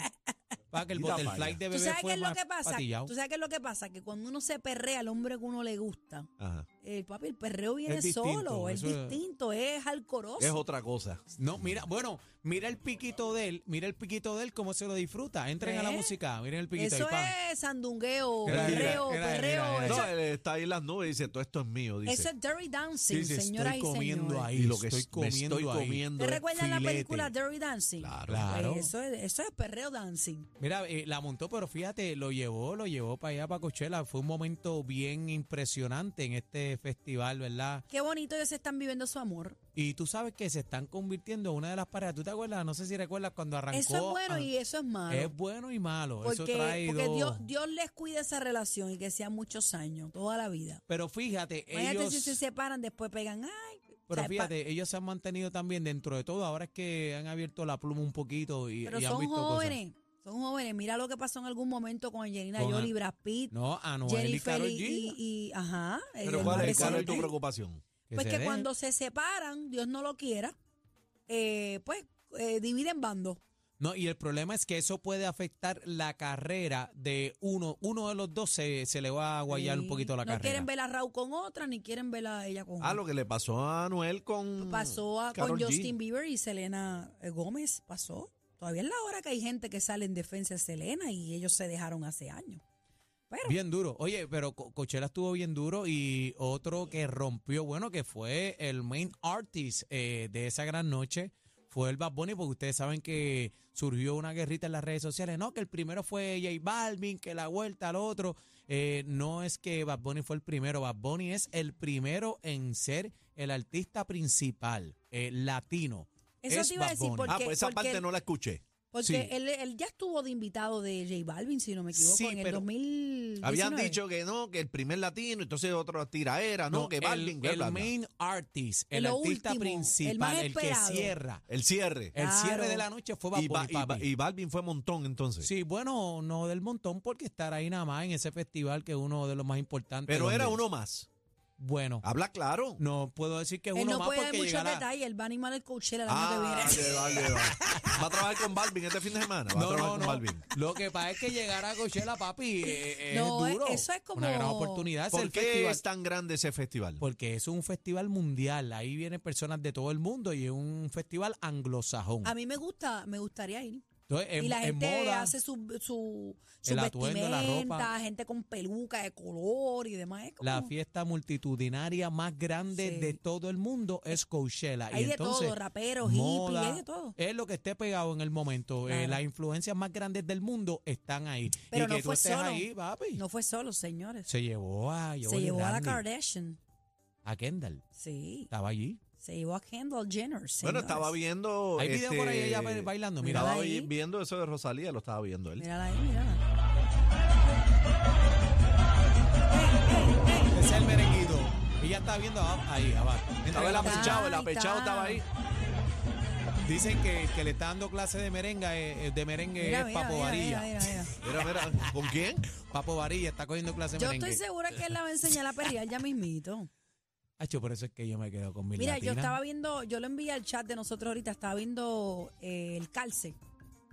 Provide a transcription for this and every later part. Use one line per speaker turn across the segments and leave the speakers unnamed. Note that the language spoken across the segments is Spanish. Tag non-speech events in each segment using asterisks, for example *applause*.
Para que el
Mira pa'
butterfly
allá.
de
¿Tú
bebé
sabes qué
fue
es lo
más
que pasa?
patillado.
¿Tú sabes qué es lo que pasa? Que cuando uno se perrea al hombre que uno le gusta,
Ajá.
el papi, el perreo viene
Es distinto,
solo, es
eso es-
distinto, es alcoroso.
Es otra cosa.
No, mira, bueno, mira el piquito de él, mira el piquito de él, cómo se lo disfruta. Entren a la
¿Eh?
música, miren el piquito
Eso
ahí, pan.
es sandungueo,
Era, era,
perreo,
era, era,
perreo.
era.
Eso,
No, él está ahí en las nubes y dice, todo esto es mío, dice.
eso es dirty dancing,
Dice,
señoras
estoy comiendo
y señores.
ahí,
y lo que
estoy
es- me
comiendo
estoy
ahí.
comiendo
¿Te
es
recuerdan la
filete.
película Dirty Dancing? Pues
Claro.
Claro.
Eso, es, eso es perreo dancing.
Mira, eh, la montó, pero fíjate, lo llevó, lo llevó para allá, para Coachella. Fue un momento bien impresionante en este festival, ¿verdad?
Qué bonito ellos están viviendo su amor.
Y tú sabes que se están convirtiendo en una de las parejas. ¿Tú te acuerdas? No sé si recuerdas cuando arrancó.
eso es bueno
ah,
y eso es malo.
Es bueno y malo. eso
porque
trae
porque
dos.
Dios, Dios les cuida esa relación y que sea muchos años, toda la vida.
Pero fíjate,
Imagínate
ellos.
si se separan, después pegan, ay. o
Pero
sea, pa-
fíjate, ellos se han mantenido también dentro de todo. Ahora es que han abierto la pluma un poquito y,
pero
y han
son
visto
jóvenes, son jóvenes. Mira lo que pasó en algún momento con Angelina
Con
Jolie,
An-
Brad Pitt,
cosas. No, Anuel y
Jennifer
Karol
y,
G.
y- y- ajá.
Pero
ellos
¿cuál es,
parecen-
cuál es tu preocupación?
que
Pues
se
que
den.
cuando se separan, Dios no lo quiera, eh, pues eh, dividen bandos.
No, y el problema es que eso puede afectar la carrera de uno. Uno de los dos se, se le va a guayar un
Sí.
poquito la
no
carrera.
quieren ver a Raúl con otra, ni quieren ver a ella con
Ah,
otra.
lo que le pasó a Anuel
Mm,
con
pasó a- con
Karol G.
Justin Bieber y Selena eh, Gómez, pasó. Todavía es la hora que hay gente que sale en defensa de Selena y ellos se dejaron hace años. Pero
Bien duro. Oye, pero Co- Coachella estuvo bien duro y otro que rompió, bueno, que fue el main artist eh, de esa gran noche, fue el Bad Bunny, porque ustedes saben que surgió una guerrita en las redes sociales. No, que el primero fue J Balvin, que la vuelta al otro. Eh, no es que Bad Bunny fue el primero, Bad Bunny es el primero en ser el artista principal eh, latino.
eso
Es
te iba a
Bad
decir
Bunny.
porque,
Ah, pues esa
porque
parte no la escuché.
Porque
Sí.
él, él ya estuvo de invitado de J Balvin, si no me equivoco,
Sí,
en el
pero
2019.
Habían dicho que no, que el primer latino, entonces otro tiraera, no, que
el-
Balvin, bla,
el,
bla, bla.
main artist, el
Lo
artista
último, el
principal,
más
el, que
esperado.
cierra.
El cierre.
El
Claro.
cierre de la noche fue Bad
y, Ba-
Bunny,
y Ba-
papi.
y Balvin fue montón entonces.
Sí, bueno, no del montón porque estar ahí nada más en ese festival que es uno de los más importantes.
Pero
donde-
era uno más.
Bueno,
Habla claro.
no puedo decir que es
Él
uno
no
más
puede dar
porque
muchos
llegará-
detalles. Él va a animar el Coachella el año que
Ah,
viene.
de va, de va. va a trabajar con Balvin este fin de semana. Va a
No,
trabajar
no,
con
no.
Balvin.
Lo que pasa es que llegar a Coachella,
*laughs*
papi, eh, eh,
No,
es duro.
eh, eso es como-
Una gran oportunidad. Es
¿Por
el
qué
festival.
es tan grande ese festival?
Porque es un festival mundial. Ahí vienen personas de todo el mundo y es un festival anglosajón.
*laughs* A mí me gusta, me gustaría ir.
Entonces, en,
Ah, y la
en
gente
moda,
hace su, su, su
El atuendo, la ropa.
vestimenta, gente con peluca de color y demás. Es como-
la fiesta multitudinaria más grande
Sí.
de todo el mundo es Coachella.
Hay
y
de
entonces, Eh,
todo, raperos, hippies,
moda,
hay de todo.
Es lo que esté pegado en el momento. Eh,
Claro.
las influencias más grandes del mundo están ahí.
Pero
y
no
que tú
fue
estés
solo.
ahí, papi.
No fue solo, señores.
Se llevó a
Se
Giovanni
llevó a la
Randy,
Kardashian.
a Kendall.
Sí.
Estaba allí.
Se llevó a Kendall Jenner.
bueno,
señores.
estaba viendo.
Hay video por ahí
este,
ella ba- bailando, mira.
Estaba
Mírala ahí.
vi- viendo eso de Rosalía, lo estaba viendo él.
Mírala ahí, mírala.
Ese es el merenguito. Ella está viendo abajo- ahí abajo.
Estaba el
Mira,
apechado, el
Ahí
apechado
está.
estaba ahí.
Dicen que, que le está dando clase de merenga, eh, eh, de merengue
Mira,
es
mira,
Papo
mira,
Varilla.
mira, mira, mira.
*laughs* Mira, mira, ¿con quién?
Papo Varilla está cogiendo clase de
Yo
merengue.
estoy segura que él la va a enseñar a perrear ya
*laughs*
mismito.
Acho, por eso es que yo me quedo con mi
Mira, yo
latina.
estaba viendo, yo lo envié al chat de nosotros ahorita, estaba viendo eh, el calce.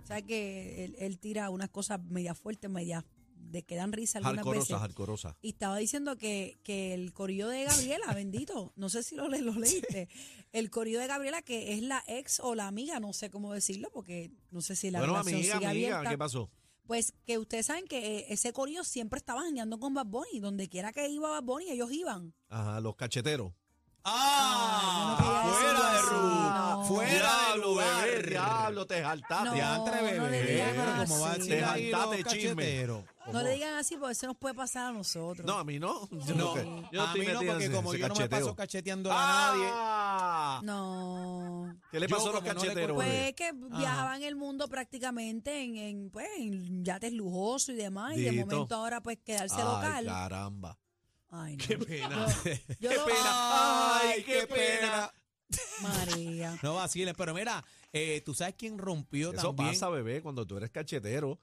O sea que él, él tira unas cosas media fuertes, media de que dan risa algunas
Jalcorosa,
veces.
jalcorosa.
Y estaba diciendo que, que el corillo de Gabriela,
*laughs*
bendito, no sé si lo, le- lo leíste, el corillo de Gabriela que es la ex o la amiga, no sé cómo decirlo, porque no sé si la
bueno,
relación
amiga,
sigue
amiga,
abierta.
¿qué pasó?
Pues que ustedes saben que eh, ese corillo siempre estaba jangueando con Bad Bunny, donde quiera que iba Bad Bunny, ellos iban.
Ajá, los cacheteros.
¡Ah!
Ay, yo no quería
¡Fuera de
decirlo
Ru!
así, no.
¡Fuera de
Diablo,
lugar!
bebé, Diablo, te jaltaste.
No,
Ya entre
no le
bebé,
digan
como va a
así.
decir ahí los
Dejantate chisme.
cacheteros.
No le digan así porque eso nos puede pasar a nosotros.
No, a mí no. Yo
No,
que- yo
a
estoy
mí no,
metido en
porque
ese-
como
ese
yo no me paso
cacheteo.
cacheteando a nadie.
¡Ah!
No.
¿Qué le
Yo
pasó a los
como no le
cacheteros?
conté-
bebé?
Pues que viajaban el mundo prácticamente en, en, pues, en yates lujosos y demás, y de
Dito.
momento ahora pues quedarse
Ay,
local.
caramba.
Ay, no.
Qué *laughs* pena.
Yo
qué
lo-
pena. Ay, qué pena.
María.
No vaciles, pero mira, eh, tú sabes quién rompió
Eso
también.
pasa, bebé, cuando tú eres cachetero,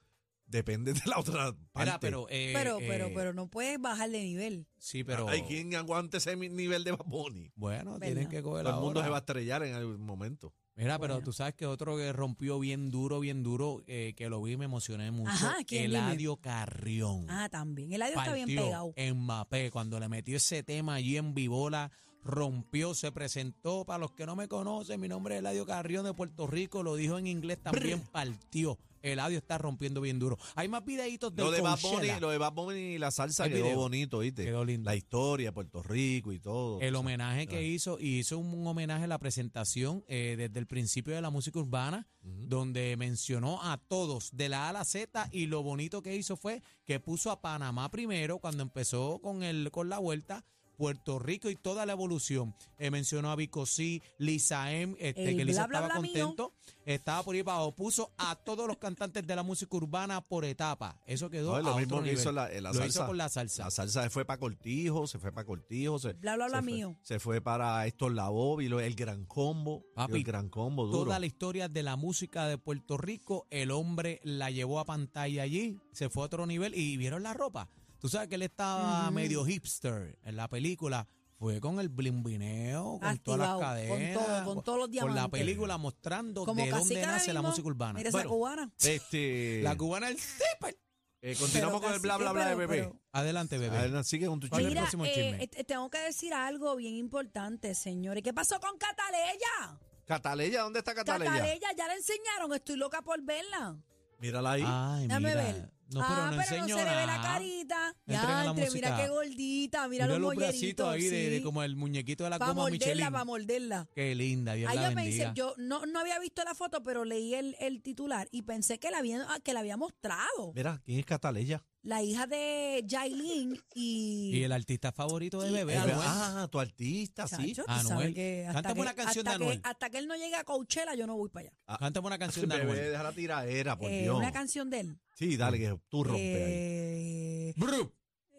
depende de la otra parte.
Mira, pero, eh,
Pero,
eh,
pero, pero no puedes bajar de nivel.
Sí, pero.
Hay quien aguante ese mi- nivel de baboni.
Bueno,
¿Verdad?
tienen que coger
Todo el mundo
ahora.
se va a estrellar en algún momento.
Mira, pero
Bueno.
tú sabes que otro que rompió bien duro, bien duro, eh, que lo vi y me emocioné mucho.
Ajá, ¿quién, dime?
Eladio Carrión.
Ah, también. El audio está bien
Partió Eh,
pegado.
En Mbappé, cuando le metió ese tema allí en Vibola, rompió, se presentó. Para los que no me conocen, mi nombre es Eladio Carrión de Puerto Rico, lo dijo en inglés también, partió. Eladio está rompiendo bien duro. Hay más videitos de
Lo de, Bad
Coachella.
Bunny, lo de Bad Bunny y la salsa
El
quedó
video.
bonito, ¿viste?
Quedó lindo.
La historia, Puerto Rico y todo.
El
O sea,
homenaje que
ah.
hizo, y hizo un, un homenaje a la presentación eh, desde el principio de la música urbana, donde mencionó a todos de la A a la Z, y lo bonito que hizo fue que puso a Panamá primero cuando empezó con, el, con la vuelta. Puerto Rico y toda la evolución. Eh, mencionó a Vico C, Lisa M, este,
El
que Lisa
bla, bla,
estaba
bla mío.
contento. Estaba por ahí abajo. Puso a todos los cantantes de la música urbana por etapa. Eso quedó
No, es
a
lo
otro
mismo que
nivel.
hizo la, eh, la
Lo
salsa.
hizo con la salsa.
La salsa se fue para Cortijo, se fue para Cortijo. Se,
Bla, bla,
se
bla
fue-
mío.
Se fue para Héctor Labóvilo, el gran combo.
Papi,
el gran combo duro.
Toda la historia de la música de Puerto Rico, el hombre la llevó a pantalla allí, se fue a otro nivel y vieron la ropa. Tú sabes que él estaba medio hipster en la película. Fue con el blimbineo, con todas
Activado,
las
con
cadenas.
todo, con todos los
Con la
diamantes.
película mostrando
Como
de
casi
dónde nace la música urbana.
Mira esa
Bueno,
cubana.
Este,
*laughs* la cubana, el zipper.
eh, continuamos
Pero
con el bla,
cacique,
bla, bla de
pero-
bebé.
pero-
Adelante, bebé.
Adelante, sigue con tu
¿Cuál es el
Mira,
próximo
eh,
chisme?
eh, tengo que decir algo bien importante, señores. ¿Qué pasó con Cataleya?
Cataleya, ¿dónde está Cataleya?
Cataleya, ya la enseñaron, estoy loca por verla.
Mírala ahí.
Ay,
Déjame
mira.
ver.
No, pero
ah,
no
pero no
enseñó
se le ve la
nada.
carita.
Entren a la
Ya, entre, mira
música.
qué gordita, mira,
Mira
los
los bracitos
molleritos.
ahí de, de como el muñequito de la
para
goma
morderla,
Michelin.
para morderla.
Qué linda, Dios
Ahí
la
yo pensé,
bendiga.
yo no, no había visto la foto, pero leí el, el titular y pensé que la había, ah, que la había mostrado.
Mira, ¿quién es Cataleya?
la hija de Jailin y...
Y el artista favorito de bebé,
Eh,
Anuel.
Ah, tu artista, sí.
Chacho, tú sabes
Anuel.
que hasta
Cántame
que-
una canción de
hasta que-
Anuel.
hasta que él no llegue a Coachella, yo no voy para allá.
Cántame una canción de
ah. Bebé,
Anuel.
deja la tiradera, por
Eh,
Dios.
una canción de él.
Sí, dale, que tú rompe ahí.
Eh,
Bru.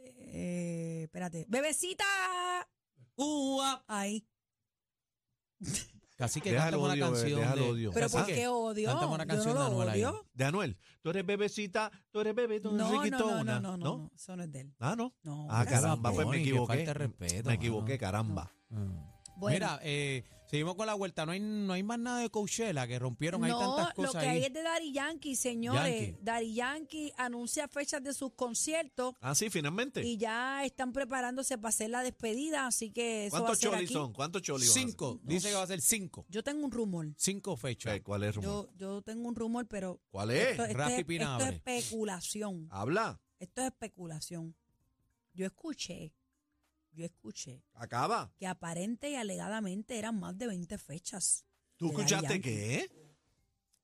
eh, espérate. Bebecita.
Ua.
Ahí.
Casi que
Deja el
cántame una
odio, bebé,
canción
deja el
de-
odio.
Pero
Cacique,
¿por qué odio?
cántame una
Yo
canción
no
de
lo
Anuel ahí.
odio.
De Anuel, tú eres bebecita, tú eres bebé, tú
No,
eres
no, no, no,
riquitona.
no, no, no, eso no es de él.
Ah, no.
No,
Ah,
Cacique.
caramba, pues me
Ay, qué
equivoqué.
falta de respeto,
me
mano.
equivoqué, caramba.
Ah.
Bueno,
Mira, eh, seguimos con la vuelta. No hay, no hay más nada de Coachella que rompieron. hay
no,
tantas
lo
cosas
que
ahí.
hay es de Daddy Yankee, señores.
Yankee.
Daddy Yankee anuncia fechas de sus conciertos
Ah, sí, finalmente.
y ya están preparándose para hacer la despedida, así que eso va a
¿Cuántos
ser
cholis
aquí.
son? ¿Cuántos cholis van a hacer?
Cinco. Dice que va a ser cinco.
Yo tengo un rumor.
Cinco fechas.
Ok, ¿Cuál es, Rumor?
Yo, yo tengo un rumor, pero
¿Cuál es?
esto, esto
Rafi
es,
Pina
esto es
abre.
especulación.
Habla,
Esto es especulación. Yo escuché, yo escuché
acaba.
que aparente y alegadamente eran más de 20 fechas.
¿Tú
de Daddy
escuchaste
Yankee.
qué?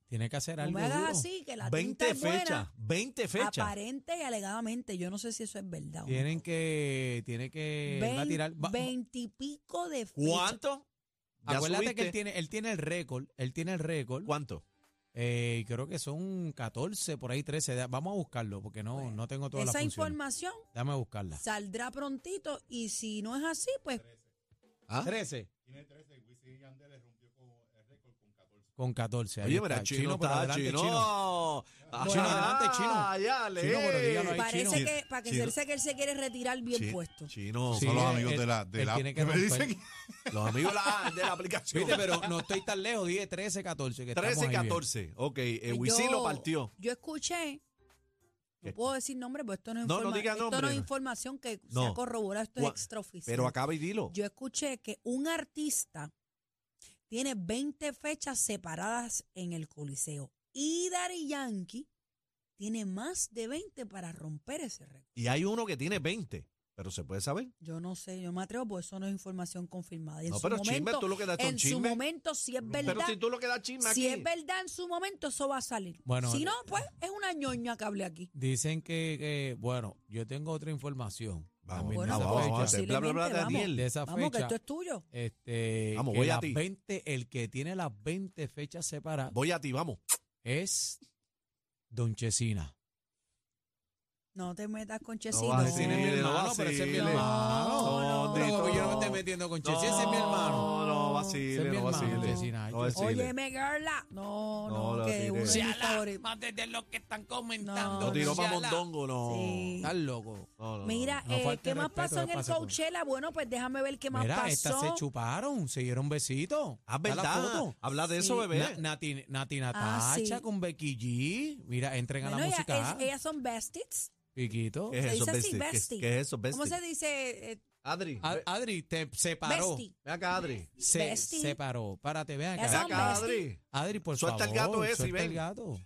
Tiene que hacer
No
algo.
me hagas
duro.
así, que la 20
20
es buena.
fechas, 20 fechas.
Aparente y alegadamente. Yo no sé si eso es verdad. o no.
Tienen que. Tiene que. va a
Vein-
tirar. va-
Veintipico de fechas.
¿Cuánto? ¿Ya
Acuérdate que él
subiste?
tiene, él tiene el récord. Él tiene el récord.
¿Cuánto?
Eh, y creo que son 14, por ahí 13. Da- Vamos a buscarlo porque no,
Bueno,
no tengo todas las
Esa
funciones.
información
Dame a buscarla.
saldrá prontito y si no es así, pues
¿Ah?
13. Con 14. ahí
Oye, mira,
está.
chino,
por
está,
adelante,
chino. Ah,
Chino, adelante, chino.
ya le-
Chino, pero dígalo ahí,
parece
chino.
que para que
Sí,
él se que él se quiere retirar bien
Chi-
puesto.
Chino,
Sí,
son los
él-
amigos,
él-
de la, de
él
la-
tiene que
me
romper.
dicen
los amigos de la, de la aplicación.
Viste, pero no estoy tan lejos, 10, 13, 14. Que estamos
13,
ahí bien.
14. Ok, eh,
Yo-
Wisin lo partió.
Yo escuché, no
¿Qué?
puedo decir nombre, porque esto no es,
No, no
informa-
diga
esto no
nombre.
es información que se ha
No.
corroborado, esto es
Gua-
extraoficial.
Pero acaba y dilo.
Yo escuché que un artista tiene 20 fechas separadas en el Coliseo y Dari Yankee tiene más de 20 para romper ese récord.
Y hay uno que tiene 20, pero se puede saber.
Yo no sé, yo me atrevo porque eso no es información confirmada. Y en
No,
su
pero
momento,
chisme, tú lo que das son
en su
chismes.
momento, si es verdad,
Pero si tú lo que das chisme
si
aquí.
es verdad en su momento, eso va a salir.
Bueno,
si
eh,
no, pues es una ñoña que hablé aquí.
Dicen que, que, bueno, yo tengo otra información.
Vamos,
También de
vamos,
esa
vamos,
fecha.
vamos a hacer bla, bla, bla,
Posiblemente,
Daniel.
De esa
Vamos, que
fecha,
esto es tuyo.
este,
Vamos,
que
voy a
las
ti.
20, el que tiene las 20 fechas separadas
Voy a ti, vamos.
es Don Chesina.
No te metas con
No
Chesito.
vas a decir en mi dedo,
hermano,
vacile.
pero ese es mi
No,
hermano.
No,
Pero
Tito,
como yo no me
no.
estoy metiendo con Chesina, ese es mi hermano.
No,
Ese
no,
es mi
vacile, no
hermano,
vacile.
Chesina.
No
Yo-
vacile.
Óyeme, girla. No, no,
No, la
que
tiré.
uno de
Sí,
mis favoritos.
Más desde lo que están
No,
Lo tiró
no,
para
Chala.
Mondongo, no.
Sí.
Estás loco.
No, no, no.
Mira,
No
eh,
falte
¿qué más
respeto,
pasó en el
después se-
Coachella? Bueno, pues déjame ver qué más
Mira, estas se
pasó.
chuparon, se dieron besitos.
Ah,
Está la
verdad.
foto.
Habla de eso,
Sí.
bebé.
Na- Nati, Nati
Ah,
Natacha
sí.
con Becky G. Mira, entren a
Bueno,
la
ella-
música.
es- ellas son besties.
Piquito.
¿ah? ¿Qué es
se
eso,
dice así,
bestie? ¿Qué,
bestie.
qué es eso, bestie?
¿Cómo se dice? Eh,
Adri,
Ad-
ve-
Adri, te separó.
bestie.
ven acá, Adri.
Se
Bestie.
separó. Párate, vean
Ven
Esa
acá.
Son
acá,
bestie.
Adri.
Adri, por
Suelta el
favor.
gato ese y
suelta el
ven.
gato.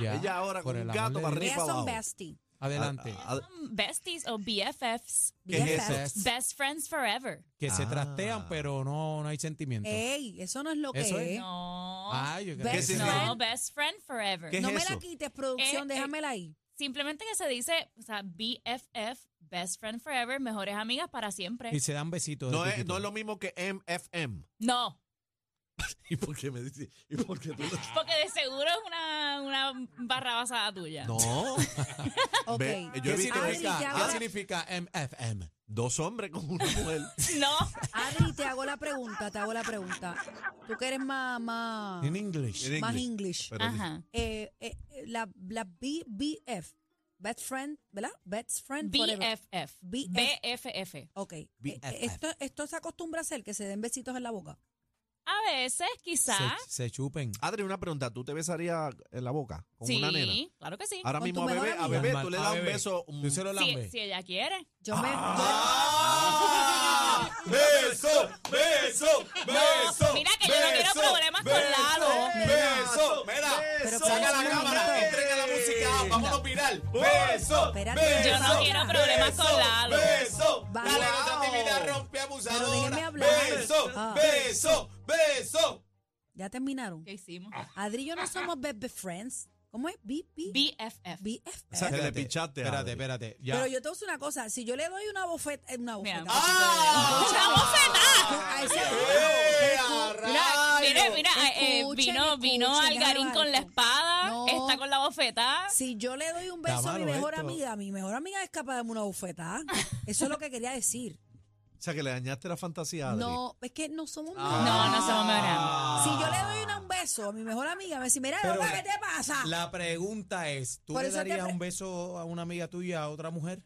Ya,
Ella ahora
por
con
el
un
amor
gato
de
para
Dios.
arriba.
Ellas son
abajo.
bestie.
Adelante.
A- a-
besties o BFFs,
¿Qué es
BFFs.
eso?
best friends forever.
Que se
Ah. Eh,
trastean, pero no, no hay sentimiento.
Ey, eso no es lo que
Eso es.
es. No,
No,
Ay, yo creo
¿Qué
que
se
sí.
dice?
no, best friend forever.
¿Qué es
me
eso?
la quites, producción,
Eh, eh.
déjamela ahí.
Simplemente que se dice, o sea, BFF, best friend forever, mejores amigas para siempre.
Y se dan besitos.
No
de
es,
piquito.
no es lo mismo que MFM.
No,
*laughs* ¿Y por qué me dice? ¿Y por qué
*laughs*
tú lo-
porque de seguro es una, una barra basada tuya.
No.
Ok.
Ve, yo
¿Qué
he visto Ah,
Adri, te
que-
significa,
hago
¿Qué
la-
significa MFM?
dos hombres con una
*laughs*
mujer.
No,
Adri, te hago la pregunta, te hago la pregunta. Tú que eres más, más,
En English.
En
más
inglés.
English.
Pero dice-
ajá.
Eh, eh, eh, la, la BBF, Best Friend, ¿verdad? Best Friend forever.
BFF,
BF.
BFF.
Ok. eh,
BFF.
Esto, esto se acostumbra a hacer, que se den besitos en la boca.
A veces,
Se,
quizás.
se chupen.
Adri, una pregunta. ¿Tú te besarías en la boca con una nena?
Sí, claro que sí.
Ahora
Con
mismo
tu
a bebé,
mejor
a
amiga.
bebé tú le
A
das un
bebé.
beso. mm,
Tú se lo
Si,
lambes.
si ella quiere.
Yo me.
¡Ah! *laughs* ¡Beso! ¡Beso!
No, mira que yo no quiero problemas con Lalo.
¡Beso!
Pero
¡Mira!
espérate un momento.
¡Entrega la música! ¡Vámonos viral! ¡Beso!
Espérate.
Yo no
Beso,
quiero problemas con Lalo.
¡Beso!
Wow.
rompe
Pero déjeme
abusadora!
hablar. Ah.
¡Beso! ¡Beso!
Ya terminaron.
¿Qué hicimos?
Adri y yo no somos best friends. ¿Cómo es? B, B,
BFF.
BFF.
O sea, que le
Espérate,
pichaste.
Espérate,
Adri.
espérate. Ya.
Pero yo te voy a decir una cosa, si yo le doy una bofeta, eh, una
Mira,
bofeta.
un
Escúchame.
¡Una bofetada!
A ese-
¡Eh, a
Mira, mira,
rayos!
mira, eh, eh,
Escuchen,
vino, vino
escuchen,
Algarín
déjame
con la
esto.
espada,
No.
está con la bofetada.
Si yo le doy un beso
Está
a mi
malo
mejor
esto.
amiga, mi mejor amiga es capaz de darme una bofetada. Eso es lo que quería decir.
O sea, que le dañaste la fantasía a Adri.
No, es que no somos
Ah.
No,
mejores.
no somos mejores.
Si yo le doy una- un beso a mi mejor amiga, me dice, mira,
Pero-
loca, ¿qué te pasa?
La pregunta es, ¿tú
Por
le
eso te
darías
pre-
un beso a una amiga tuya, a otra mujer?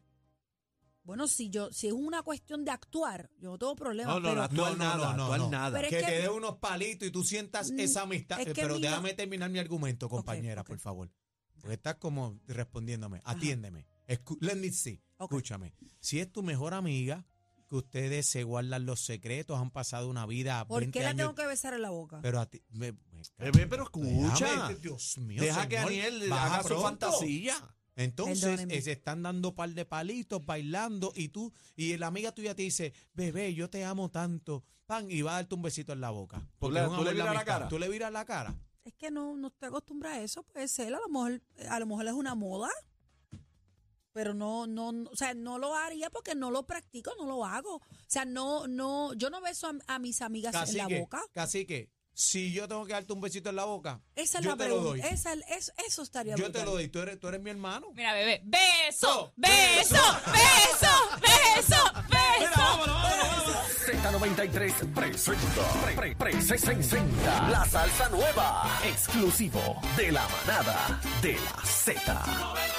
Bueno, si yo, si es una cuestión de actuar, yo no tengo problema.
No, no,
pero-
no, actual
no, no,
nada,
no,
actual
no.
nada.
Pero es
que,
que-
te dé unos palitos y tú sientas
Mm,
esa amistad.
es
Eh,
que
pero
mi-
déjame terminar mi argumento, compañera,
ok.
por favor. Porque estás como respondiéndome. Atiéndeme. Escu- Let me see.
Ok.
Escúchame. Si es tu mejor amiga, que ustedes se guardan los secretos, han pasado una vida
¿Por
20
qué la
años.
tengo que besar en la boca?
Pero a ti. me- me-
Bebé, pero escucha.
Déjame, Dios mío.
Deja que
señor,
Daniel
baja
haga su
pronto.
fantasía.
Entonces
Perdónenme.
eh, se están dando par de palitos, bailando, y tú, y la amiga tuya te dice, bebé, yo te amo tanto, pan, y va a darte un besito en la boca. Porque
le-
es un
tú le
amor de
viras la
amistad.
cara?
Tú le viras la cara.
es que no, no estoy acostumbrada a eso, puede ser, a lo mejor, a lo mejor es una moda. Pero no, no, no, o sea, no lo haría porque no lo practico, no lo hago. O sea, no, no, yo no beso a, a mis amigas en la boca.
Cacique, si yo tengo que darte un besito en la boca,
Esa es
yo
la
te lo doy.
pregunta. Esa es- eso- eso estaría
yo
brutal.
te lo doy, tú eres, tú eres mi hermano.
Mira, bebé, beso,
Beso.
beso, beso, beso, beso.
Z93 presenta, pre- pre- presenta la salsa nueva, exclusivo de la manada de la Z.